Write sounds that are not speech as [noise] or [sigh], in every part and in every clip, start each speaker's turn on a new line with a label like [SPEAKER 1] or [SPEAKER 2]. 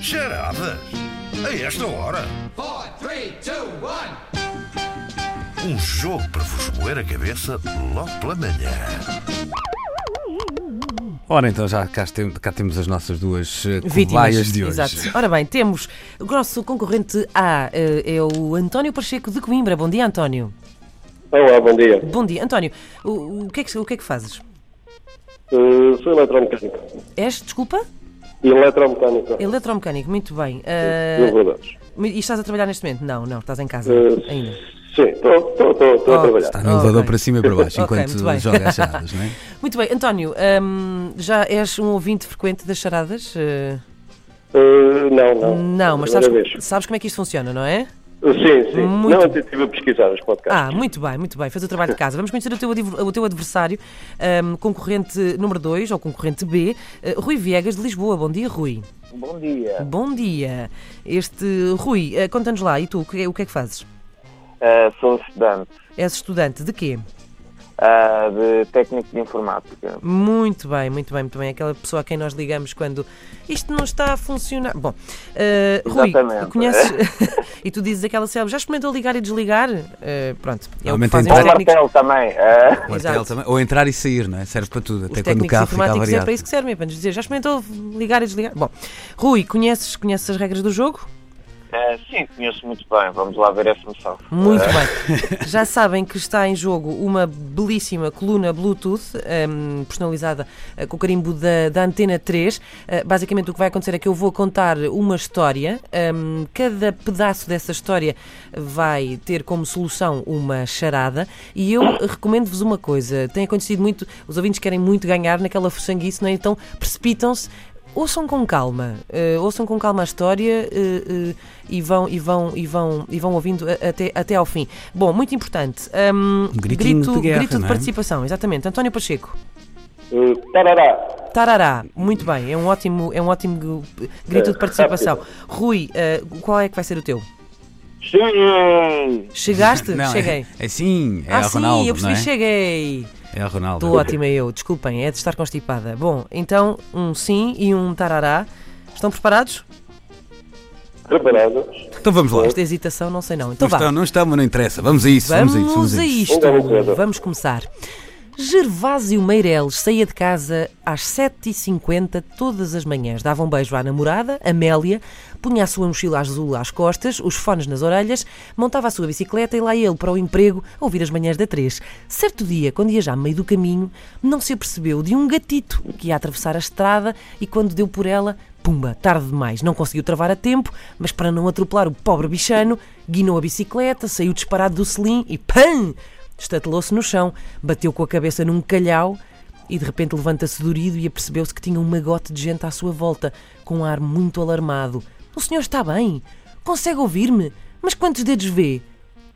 [SPEAKER 1] Charadas? A esta hora?
[SPEAKER 2] four, three, two, one.
[SPEAKER 1] Um jogo para vos moer a cabeça logo pela manhã.
[SPEAKER 3] Ora então, já cá, tem- cá temos as nossas duas eh,
[SPEAKER 4] Vítimas.
[SPEAKER 3] cobaias de hoje.
[SPEAKER 4] Exato. Oh, Ora bem, temos o nosso concorrente A, eh, é o António Pacheco de Coimbra. Bom dia, António.
[SPEAKER 5] Olá, bom dia.
[SPEAKER 4] Bom dia, António. O, o que, é que, o que é que fazes?
[SPEAKER 5] Uh, sou eletromecânico.
[SPEAKER 4] És, desculpa,
[SPEAKER 5] E eletromecânico.
[SPEAKER 4] eletromecânico. Muito bem. Ah,
[SPEAKER 5] De rodas.
[SPEAKER 4] e estás a trabalhar neste momento? Não, não, estás em casa
[SPEAKER 5] Uh,
[SPEAKER 4] ainda.
[SPEAKER 5] Sim, estou
[SPEAKER 4] Oh,
[SPEAKER 5] a trabalhar.
[SPEAKER 3] Está no elevador
[SPEAKER 4] Ok.
[SPEAKER 3] para cima e para baixo,
[SPEAKER 4] [laughs] Ok,
[SPEAKER 3] enquanto
[SPEAKER 4] muito bem.
[SPEAKER 3] joga as charadas,
[SPEAKER 4] [laughs]
[SPEAKER 3] não é?
[SPEAKER 4] Muito bem, António, hum, já és um ouvinte frequente das charadas? Eh,
[SPEAKER 5] Uh, não, não.
[SPEAKER 4] não, mas sabes,
[SPEAKER 5] Primeira vez.
[SPEAKER 4] sabes como é que isto funciona, não é?
[SPEAKER 5] Uh, Sim, sim.
[SPEAKER 4] Muito-
[SPEAKER 5] Não, até estive a pesquisar os podcasts.
[SPEAKER 4] Ah, muito bem, muito bem. Fez o trabalho de casa. Vamos conhecer o teu, adver- o teu adversário, hum, concorrente número 2, ou concorrente B, eh, Rui Viegas de Lisboa. Bom dia, Rui.
[SPEAKER 5] Bom dia.
[SPEAKER 4] Bom dia. Este Rui, eh, conta-nos lá, e tu, o que, é- o que é que fazes?
[SPEAKER 6] Eh, sou um estudante
[SPEAKER 4] És estudante de quê?
[SPEAKER 6] ah, de técnico de informática.
[SPEAKER 4] Muito bem, muito bem, muito bem. Aquela pessoa a quem nós ligamos quando isto não está a funcionar. Bom, eh, Rui,
[SPEAKER 6] Exatamente.
[SPEAKER 4] conheces. [laughs] e tu dizes aquela célula, já experimentou ligar e desligar? Eh, pronto, é o que
[SPEAKER 3] Normalmente
[SPEAKER 4] fazem
[SPEAKER 3] tem
[SPEAKER 4] os
[SPEAKER 6] Ou
[SPEAKER 3] Os
[SPEAKER 4] técnicos.
[SPEAKER 6] martelo também. ah.
[SPEAKER 3] O
[SPEAKER 4] Exato.
[SPEAKER 3] martelo também. Ou entrar e sair, não é? Serve para tudo,
[SPEAKER 4] Os
[SPEAKER 3] até quando o
[SPEAKER 4] técnicos
[SPEAKER 3] carro fica
[SPEAKER 4] informáticos é
[SPEAKER 3] avariado.
[SPEAKER 4] para isso que servem, é para nos dizer, já experimentou ligar e desligar? Bom, Rui, conheces, conheces as regras do jogo?
[SPEAKER 6] Ah, sim, conheço muito bem. Vamos lá ver essa noção.
[SPEAKER 3] [laughs]
[SPEAKER 4] Muito bem. Já sabem que está em jogo uma belíssima coluna Bluetooth hum, personalizada eh, com o carimbo da, da Antena 3. Eh, basicamente, o que vai acontecer é que eu vou contar uma história. Hum, cada pedaço dessa história vai ter como solução uma charada. E eu recomendo-vos uma coisa: tem acontecido muito, os ouvintes querem muito ganhar naquela sanguice, não é? então precipitam-se. Ouçam com calma, eh, ouçam com calma a história eh, eh, e, vão, e, vão, e, vão, e vão ouvindo a- até, até ao fim. Bom, muito importante. hum,
[SPEAKER 3] gritinho
[SPEAKER 4] grito
[SPEAKER 3] de guerra,
[SPEAKER 4] grito de
[SPEAKER 3] não é?
[SPEAKER 4] participação, exatamente. António Pacheco,
[SPEAKER 5] Uh, tarará.
[SPEAKER 4] tarará, muito bem, é um ótimo, é um ótimo eh, grito de participação. Rui, eh, qual é que vai ser o teu?
[SPEAKER 6] Cheguei!
[SPEAKER 4] Chegaste?
[SPEAKER 3] [laughs] Não, é-
[SPEAKER 4] cheguei.
[SPEAKER 3] É, sim, é
[SPEAKER 4] ah,
[SPEAKER 3] a Ronaldo,
[SPEAKER 4] sim, eu percebi,
[SPEAKER 3] não é?
[SPEAKER 4] cheguei.
[SPEAKER 3] É a Ronaldo.
[SPEAKER 4] Estou ótima eu, desculpem, é de estar constipada. Bom, então um sim e um tarará. Estão preparados?
[SPEAKER 5] Preparados.
[SPEAKER 3] Então vamos lá.
[SPEAKER 4] Esta hesitação, não sei não. Então
[SPEAKER 3] Não,
[SPEAKER 4] vá.
[SPEAKER 3] está- não estamos, não interessa. Vamos a isso, vamos,
[SPEAKER 4] Vamos,
[SPEAKER 3] a isso. Vamos
[SPEAKER 4] a
[SPEAKER 3] isso.
[SPEAKER 4] isto.
[SPEAKER 5] Vamos a isso.
[SPEAKER 4] Vamos começar. Gervásio Meireles saía de casa às 7h50 todas as manhãs. Dava um beijo à namorada, Amélia, punha a sua mochila azul às costas, os fones nas orelhas, montava a sua bicicleta e lá ele para o emprego a ouvir as manhãs da 3. Certo dia, quando ia já a meio do caminho, não se apercebeu de um gatito que ia atravessar a estrada e quando deu por ela, Pumba, tarde demais, não conseguiu travar a tempo, mas para não atropelar o pobre bichano, guinou a bicicleta, saiu disparado do selim e PAM! Estatelou-se no chão, bateu com a cabeça num calhau e de repente levanta-se dorido e apercebeu-se que tinha um magote de gente à sua volta, com um ar muito alarmado. O senhor está bem? Consegue ouvir-me? Mas quantos dedos vê?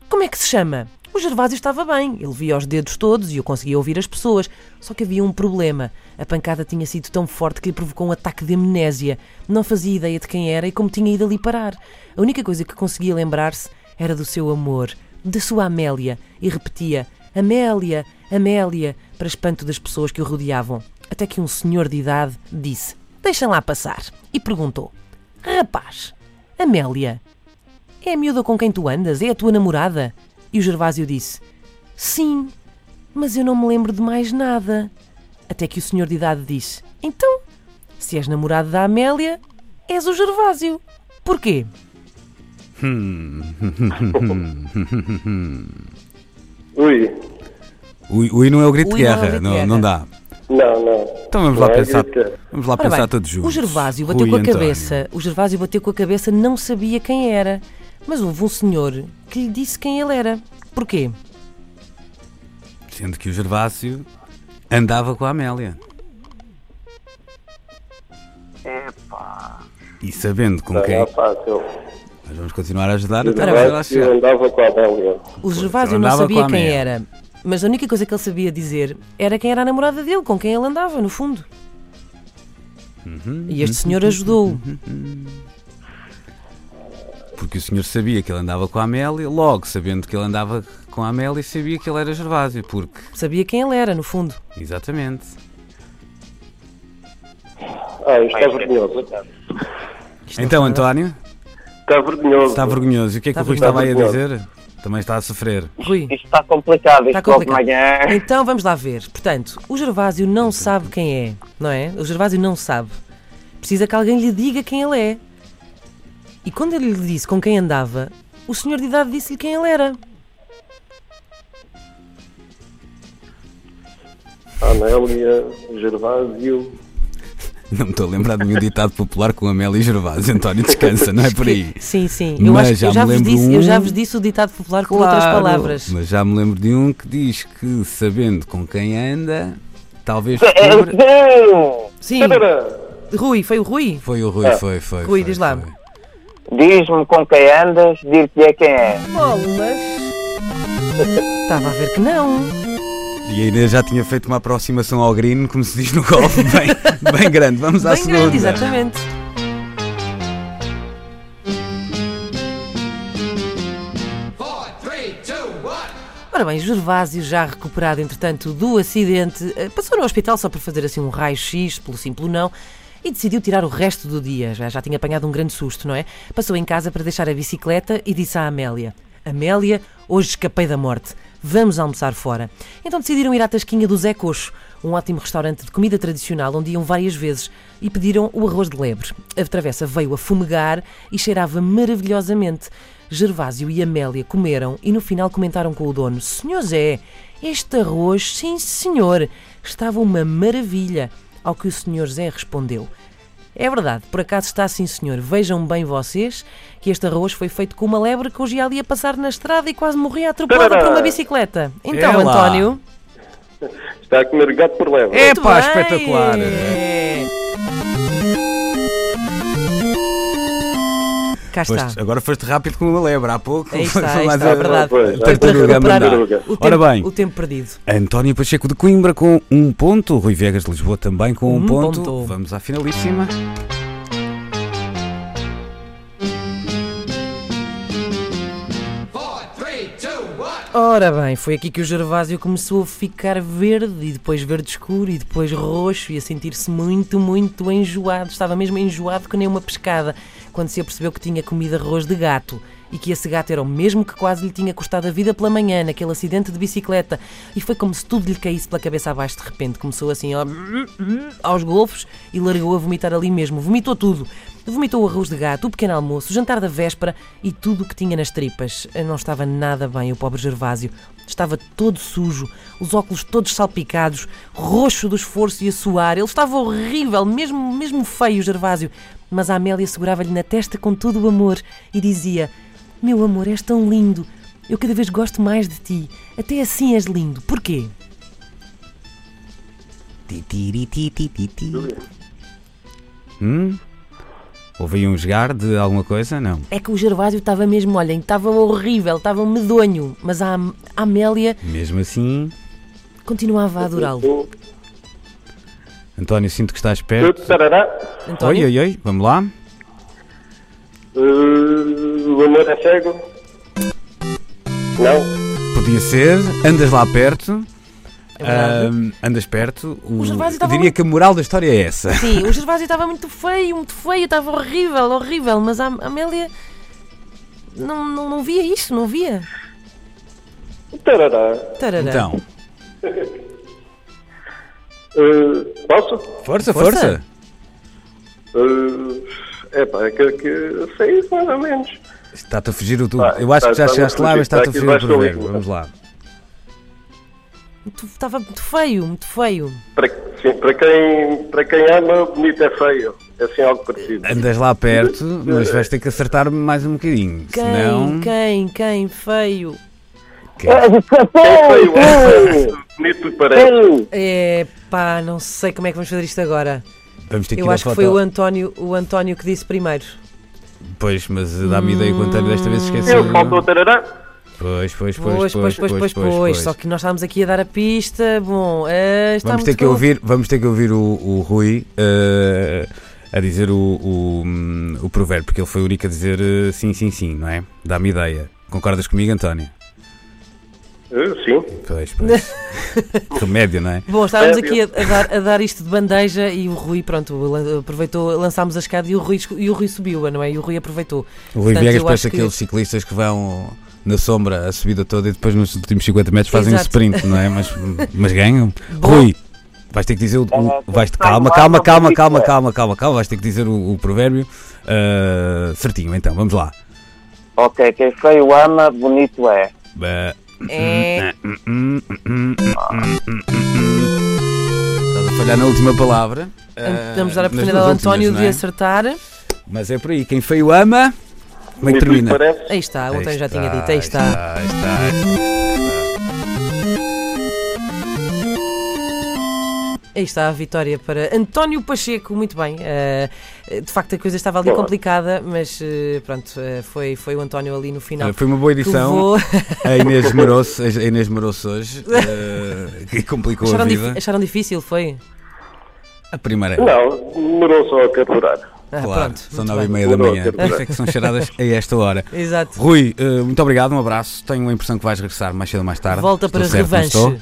[SPEAKER 4] Como é que se chama? O Gervásio estava bem, ele via os dedos todos e eu conseguia ouvir as pessoas. Só que havia um problema. A pancada tinha sido tão forte que lhe provocou um ataque de amnésia. Não fazia ideia de quem era e como tinha ido ali parar. A única coisa que conseguia lembrar-se era do seu amor, da sua Amélia, e repetia: Amélia, Amélia, para espanto das pessoas que o rodeavam. Até que um senhor de idade disse: Deixem lá passar. E perguntou: Rapaz, Amélia, é a miúda com quem tu andas? É a tua namorada? E o Gervásio disse: Sim, mas eu não me lembro de mais nada. Até que o senhor de idade disse: Então, se és namorado da Amélia, és o Gervásio. Porquê?
[SPEAKER 5] Ui.
[SPEAKER 3] O Ui não é o grito de
[SPEAKER 4] Ui não é o
[SPEAKER 3] guerra,
[SPEAKER 4] grito de
[SPEAKER 3] não,
[SPEAKER 4] guerra.
[SPEAKER 3] não dá.
[SPEAKER 5] Não, não.
[SPEAKER 3] Então vamos
[SPEAKER 5] Não
[SPEAKER 3] lá
[SPEAKER 5] é
[SPEAKER 3] pensar.
[SPEAKER 5] grito.
[SPEAKER 3] Vamos lá
[SPEAKER 4] Ora
[SPEAKER 3] pensar
[SPEAKER 4] bem,
[SPEAKER 3] todos juntos.
[SPEAKER 4] O Gervásio bateu
[SPEAKER 3] Rui
[SPEAKER 4] com a
[SPEAKER 3] António.
[SPEAKER 4] cabeça. O Gervásio bateu com a cabeça, não sabia quem era. Mas houve um senhor que lhe disse quem ele era. Porquê?
[SPEAKER 3] Sendo que o Gervásio andava com a Amélia. E sabendo com
[SPEAKER 5] Não,
[SPEAKER 3] quem.
[SPEAKER 5] não é fácil.
[SPEAKER 3] Nós vamos continuar a ajudar até
[SPEAKER 4] Ora
[SPEAKER 3] chegar Então lá
[SPEAKER 5] Mas Eu
[SPEAKER 3] chegar.
[SPEAKER 5] andava com a Amélia.
[SPEAKER 4] O Gervásio
[SPEAKER 3] ele
[SPEAKER 4] não
[SPEAKER 3] andava com
[SPEAKER 4] sabia
[SPEAKER 3] a
[SPEAKER 4] quem
[SPEAKER 3] Amélia.
[SPEAKER 4] era, mas a única coisa que ele sabia dizer era quem era a namorada dele, com quem ele andava, no fundo.
[SPEAKER 3] Uhum,
[SPEAKER 4] E este senhor ajudou-o.
[SPEAKER 3] Porque o senhor sabia que ele andava com a Amélia, logo sabendo que ele andava com a Amélia, sabia que ele era Gervásio, porque.
[SPEAKER 4] Sabia quem ele era, no fundo.
[SPEAKER 3] Exatamente.
[SPEAKER 5] Ah, eu estava vergonhoso.
[SPEAKER 4] Isto Isto
[SPEAKER 3] Então,
[SPEAKER 4] não foi nada.
[SPEAKER 3] António,
[SPEAKER 5] Está vergonhoso.
[SPEAKER 3] está vergonhoso. E o que é que
[SPEAKER 4] Está
[SPEAKER 3] o Rui
[SPEAKER 4] vergonhoso.
[SPEAKER 3] estava aí a dizer? Também está a sofrer.
[SPEAKER 4] Rui.
[SPEAKER 6] Isto está complicado, isto
[SPEAKER 4] Está
[SPEAKER 6] logo de
[SPEAKER 4] complicado.
[SPEAKER 6] manhã.
[SPEAKER 4] Então vamos lá ver. Portanto, o Gervásio não sabe quem é, não é? O Gervásio não sabe. Precisa que alguém lhe diga quem ele é. E quando ele lhe disse com quem andava, o senhor de idade disse-lhe quem ele era.
[SPEAKER 5] Amélia, Gervásio.
[SPEAKER 3] Não me estou a lembrar de nenhum ditado popular com Amélia e Gervásio. António, descansa, não é por aí.
[SPEAKER 4] Sim, sim. Eu
[SPEAKER 3] Mas
[SPEAKER 4] acho que
[SPEAKER 3] já me
[SPEAKER 4] eu, já vos
[SPEAKER 3] lembro
[SPEAKER 4] disse, eu já
[SPEAKER 3] um.
[SPEAKER 4] vos disse o ditado popular com outras
[SPEAKER 3] Claro,
[SPEAKER 4] palavras.
[SPEAKER 3] Mas já me lembro de um que diz que, sabendo com quem anda, talvez
[SPEAKER 6] É, [laughs]
[SPEAKER 3] descubra.
[SPEAKER 6] não.
[SPEAKER 4] Sim,
[SPEAKER 5] Tarará.
[SPEAKER 4] Rui, foi o Rui.
[SPEAKER 3] Foi o
[SPEAKER 6] É.
[SPEAKER 3] Rui, foi, foi.
[SPEAKER 4] Rui,
[SPEAKER 3] foi,
[SPEAKER 4] diz lá.
[SPEAKER 3] foi.
[SPEAKER 6] Diz-me com quem andas, dir-te-é quem é.
[SPEAKER 4] Molas. Estava a ver que não.
[SPEAKER 3] E a Inês já tinha feito uma aproximação ao green, como se diz no golfe, [laughs] bem, bem grande. Vamos à
[SPEAKER 4] Bem
[SPEAKER 3] segunda.
[SPEAKER 4] grande, exatamente.
[SPEAKER 2] Four, three, two, one.
[SPEAKER 4] Ora bem, Gervásio, já recuperado entretanto do acidente, eh, passou no hospital só para fazer assim um raio-x, pelo sim, pelo não, e decidiu tirar o resto do dia. Já, já tinha apanhado um grande susto, não é? Passou em casa para deixar a bicicleta e disse à Amélia: Amélia, hoje escapei da morte. Vamos almoçar fora. Então decidiram ir à Tasquinha do Zé Coxo, um ótimo restaurante de comida tradicional onde iam várias vezes, e pediram o arroz de lebre. A travessa veio a fumegar e cheirava maravilhosamente. Gervásio e Amélia comeram e no final comentaram com o dono: Senhor Zé, este arroz, sim senhor, estava uma maravilha. Ao que o senhor Zé respondeu: É verdade, por acaso está sim senhor. Vejam bem vocês que este arroz foi feito com uma lebre que hoje ia ali a passar na estrada e quase morria atropelada
[SPEAKER 5] Tarará.
[SPEAKER 4] por uma bicicleta. Então,
[SPEAKER 3] Ela.
[SPEAKER 4] António.
[SPEAKER 5] Está a comer gato por leva.
[SPEAKER 3] É pá,
[SPEAKER 4] muito bem.
[SPEAKER 3] espetacular. né?
[SPEAKER 4] Cá está.
[SPEAKER 3] Foste- agora foste rápido como uma lebre, há pouco. [laughs]
[SPEAKER 4] Aí está, aí
[SPEAKER 3] Mas
[SPEAKER 4] está,
[SPEAKER 3] a-
[SPEAKER 4] é verdade.
[SPEAKER 5] pois,
[SPEAKER 4] Foi para
[SPEAKER 3] tartaruga,
[SPEAKER 4] recuperar
[SPEAKER 5] mandar.
[SPEAKER 4] o tempo,
[SPEAKER 3] Ora bem.
[SPEAKER 4] o tempo perdido.
[SPEAKER 3] António Pacheco de Coimbra com um ponto, Rui Viegas de Lisboa também com um,
[SPEAKER 4] Um
[SPEAKER 3] ponto.
[SPEAKER 4] ponto.
[SPEAKER 3] Vamos à finalíssima.
[SPEAKER 2] Four, three, two, one.
[SPEAKER 4] Ora bem, foi aqui que o Gervásio começou a ficar verde e depois verde escuro e depois roxo e a sentir-se muito, muito enjoado. Estava mesmo enjoado que nem uma pescada quando se apercebeu que tinha comido arroz de gato e que esse gato era o mesmo que quase lhe tinha custado a vida pela manhã naquele acidente de bicicleta. E foi como se tudo lhe caísse pela cabeça abaixo de repente. Começou assim, ó, aos golfos e largou a vomitar ali mesmo. Vomitou tudo. Vomitou o arroz de gato, o pequeno almoço, o jantar da véspera e tudo o que tinha nas tripas. Não estava nada bem o pobre Gervásio. Estava todo sujo, os óculos todos salpicados, roxo do esforço e a suar. Ele estava horrível, mesmo, mesmo feio o Gervásio. Mas a Amélia segurava-lhe na testa com todo o amor e dizia: Meu amor, és tão lindo. Eu cada vez gosto mais de ti. Até assim és lindo. Porquê?
[SPEAKER 3] Hum? Ouvi um jogar de alguma coisa? Não.
[SPEAKER 4] É que o Gervásio estava mesmo, olhem, estava horrível, estava medonho, mas a, Am- a Amélia
[SPEAKER 3] Mesmo assim,
[SPEAKER 4] continuava a adorá-lo.
[SPEAKER 3] António, sinto que estás
[SPEAKER 5] Eh,
[SPEAKER 3] perto.
[SPEAKER 5] Tarará.
[SPEAKER 3] Oi,
[SPEAKER 4] António?
[SPEAKER 3] oi, oi, vamos lá.
[SPEAKER 5] Eh, O amor é cego. Não.
[SPEAKER 3] Podia ser, andas lá perto.
[SPEAKER 4] É verdade.
[SPEAKER 3] Ahm, andas perto. O-
[SPEAKER 4] O Gervásio estava
[SPEAKER 3] diria
[SPEAKER 4] muito-
[SPEAKER 3] que a moral da história é essa.
[SPEAKER 4] Sim, o Gervásio estava muito feio, muito feio, estava horrível, horrível, mas a Am- Amélia não, não, não via isso, não via.
[SPEAKER 5] Tarará.
[SPEAKER 4] Tarará.
[SPEAKER 3] Então,
[SPEAKER 5] Eh, Posso?
[SPEAKER 3] força,
[SPEAKER 4] Força.
[SPEAKER 3] força.
[SPEAKER 5] É pá, que, que sei mais ou menos.
[SPEAKER 3] Está-te a fugir o tudo.
[SPEAKER 5] Vai,
[SPEAKER 3] Eu acho que já
[SPEAKER 5] está- está-me a
[SPEAKER 3] chegaste lá,
[SPEAKER 5] fugir,
[SPEAKER 3] mas está-te a
[SPEAKER 5] está aqui
[SPEAKER 3] fugir o
[SPEAKER 5] debaixo da
[SPEAKER 3] provérbio.
[SPEAKER 5] língua.
[SPEAKER 3] Vamos lá.
[SPEAKER 4] Muito- Estava muito feio, muito feio.
[SPEAKER 5] Para, sim, para, quem, para quem ama, bonito é feio. É assim algo parecido.
[SPEAKER 3] Andas lá perto, mas vais ter que acertar mais um bocadinho.
[SPEAKER 4] Quem,
[SPEAKER 3] Senão.
[SPEAKER 4] quem, quem, feio.
[SPEAKER 5] É feio, é feio. Bonito parece.
[SPEAKER 4] É pá, não sei como é que vamos fazer isto agora.
[SPEAKER 3] Vamos ter que ir
[SPEAKER 4] Eu
[SPEAKER 3] à
[SPEAKER 4] acho que
[SPEAKER 3] foto.
[SPEAKER 4] foi o António, o António que disse primeiro.
[SPEAKER 3] Pois, mas dá-me ideia que o António desta vez esqueceu.
[SPEAKER 5] Eu faltou tarará.
[SPEAKER 3] Pois, pois,
[SPEAKER 4] Pois, pois, pois, pois, pois. Só que nós estávamos aqui a dar a pista. Bom, eh, está
[SPEAKER 3] Vamos
[SPEAKER 4] muito
[SPEAKER 3] ter, que
[SPEAKER 4] bom.
[SPEAKER 3] ouvir, vamos ter que ouvir o, o Rui eh, a dizer o, o, hum, o provérbio, porque ele foi o único a dizer eh, sim, sim, sim, não é? Dá-me ideia. Concordas comigo, António?
[SPEAKER 5] Eh, Sim.
[SPEAKER 3] Pois,
[SPEAKER 4] [laughs]
[SPEAKER 3] pois. Remédio, não é?
[SPEAKER 4] Bom, estávamos
[SPEAKER 5] É,
[SPEAKER 4] aqui a, a dar, a dar isto de bandeja e o Rui, pronto, lan- aproveitou, lançámos a escada e o Rui, esco- e o Rui subiu, não é? E o Rui aproveitou.
[SPEAKER 3] O Rui
[SPEAKER 4] Portanto,
[SPEAKER 3] Viegas
[SPEAKER 4] eu
[SPEAKER 3] parece
[SPEAKER 4] acho que-
[SPEAKER 3] aqueles ciclistas que vão na sombra a subida toda e depois nos últimos 50 metros fazem um
[SPEAKER 4] Exato.
[SPEAKER 3] sprint, não é? Mas, mas ganham.
[SPEAKER 4] Bom.
[SPEAKER 3] Rui, vais ter que dizer o. o- vais calma, calma, calma, calma, calma, calma, calma, vais ter que dizer o, o provérbio ah, certinho, então, vamos lá.
[SPEAKER 6] Ok, quem feio ama, bonito é.
[SPEAKER 3] Ba- Hum.
[SPEAKER 4] É,
[SPEAKER 3] Estás a falhar na última palavra. ah,
[SPEAKER 4] vamos dar a
[SPEAKER 3] nas duas
[SPEAKER 4] oportunidade ao
[SPEAKER 3] últimas,
[SPEAKER 4] António
[SPEAKER 3] não
[SPEAKER 4] de
[SPEAKER 3] é?
[SPEAKER 4] acertar.
[SPEAKER 3] Mas é por aí, quem feio ama. Como é que
[SPEAKER 5] Bonito lhe
[SPEAKER 3] termina?
[SPEAKER 5] parece.
[SPEAKER 4] Aí está, o
[SPEAKER 3] Aí
[SPEAKER 4] António já
[SPEAKER 3] está,
[SPEAKER 4] tinha dito, aí está.
[SPEAKER 3] aí está, aí está.
[SPEAKER 4] Aí está a vitória para António Pacheco, muito bem. Eh, de facto, a coisa estava ali complicada, mas eh, pronto, eh, foi, foi o António ali no final.
[SPEAKER 3] Olha, Eh, Foi uma boa
[SPEAKER 4] que
[SPEAKER 3] edição.
[SPEAKER 4] levou-
[SPEAKER 3] [laughs] A Inês morou-se, a Inês morou-se
[SPEAKER 4] [laughs]
[SPEAKER 3] hoje, eh, que complicou a
[SPEAKER 4] acharam, dif-
[SPEAKER 3] vida.
[SPEAKER 4] acharam difícil, foi?
[SPEAKER 3] A primeira,
[SPEAKER 5] Não, demorou só a capturar.
[SPEAKER 4] Ah,
[SPEAKER 3] claro,
[SPEAKER 4] pronto.
[SPEAKER 3] são
[SPEAKER 4] muito
[SPEAKER 3] nove e
[SPEAKER 4] bem.
[SPEAKER 3] meia da
[SPEAKER 5] Morou,
[SPEAKER 3] manhã,
[SPEAKER 5] é
[SPEAKER 3] por isso é que são charadas a esta hora.
[SPEAKER 4] Exato.
[SPEAKER 3] Rui, eh, muito obrigado, um abraço. Tenho a impressão que vais regressar mais cedo ou mais tarde.
[SPEAKER 4] Volta
[SPEAKER 3] Estou
[SPEAKER 4] para
[SPEAKER 3] certo, não
[SPEAKER 4] revanche.
[SPEAKER 3] estou?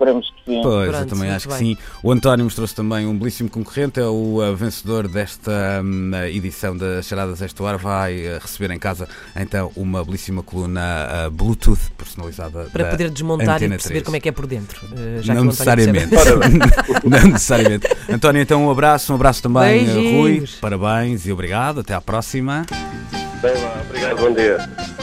[SPEAKER 6] Esperemos que sim.
[SPEAKER 3] Pois, eu
[SPEAKER 4] Pronto,
[SPEAKER 3] também
[SPEAKER 4] muito
[SPEAKER 3] acho que
[SPEAKER 4] bem.
[SPEAKER 3] sim. O António mostrou-se também um belíssimo concorrente, é o eh, vencedor desta hum, edição das Charadas Esta Hora. Vai eh, receber em casa então uma belíssima coluna eh, Bluetooth personalizada
[SPEAKER 4] Para
[SPEAKER 3] da
[SPEAKER 4] poder desmontar e
[SPEAKER 3] Antena
[SPEAKER 4] perceber
[SPEAKER 3] 3.
[SPEAKER 4] como é que é por dentro. eh, já
[SPEAKER 3] Não
[SPEAKER 4] que o António é percebe.
[SPEAKER 3] necessariamente. [laughs] não necessariamente. António, então um abraço, um abraço também, eh, Rui.
[SPEAKER 4] Beijinhos.
[SPEAKER 3] Parabéns e obrigado. Até à próxima.
[SPEAKER 5] Bem, lá, obrigado. Bom dia.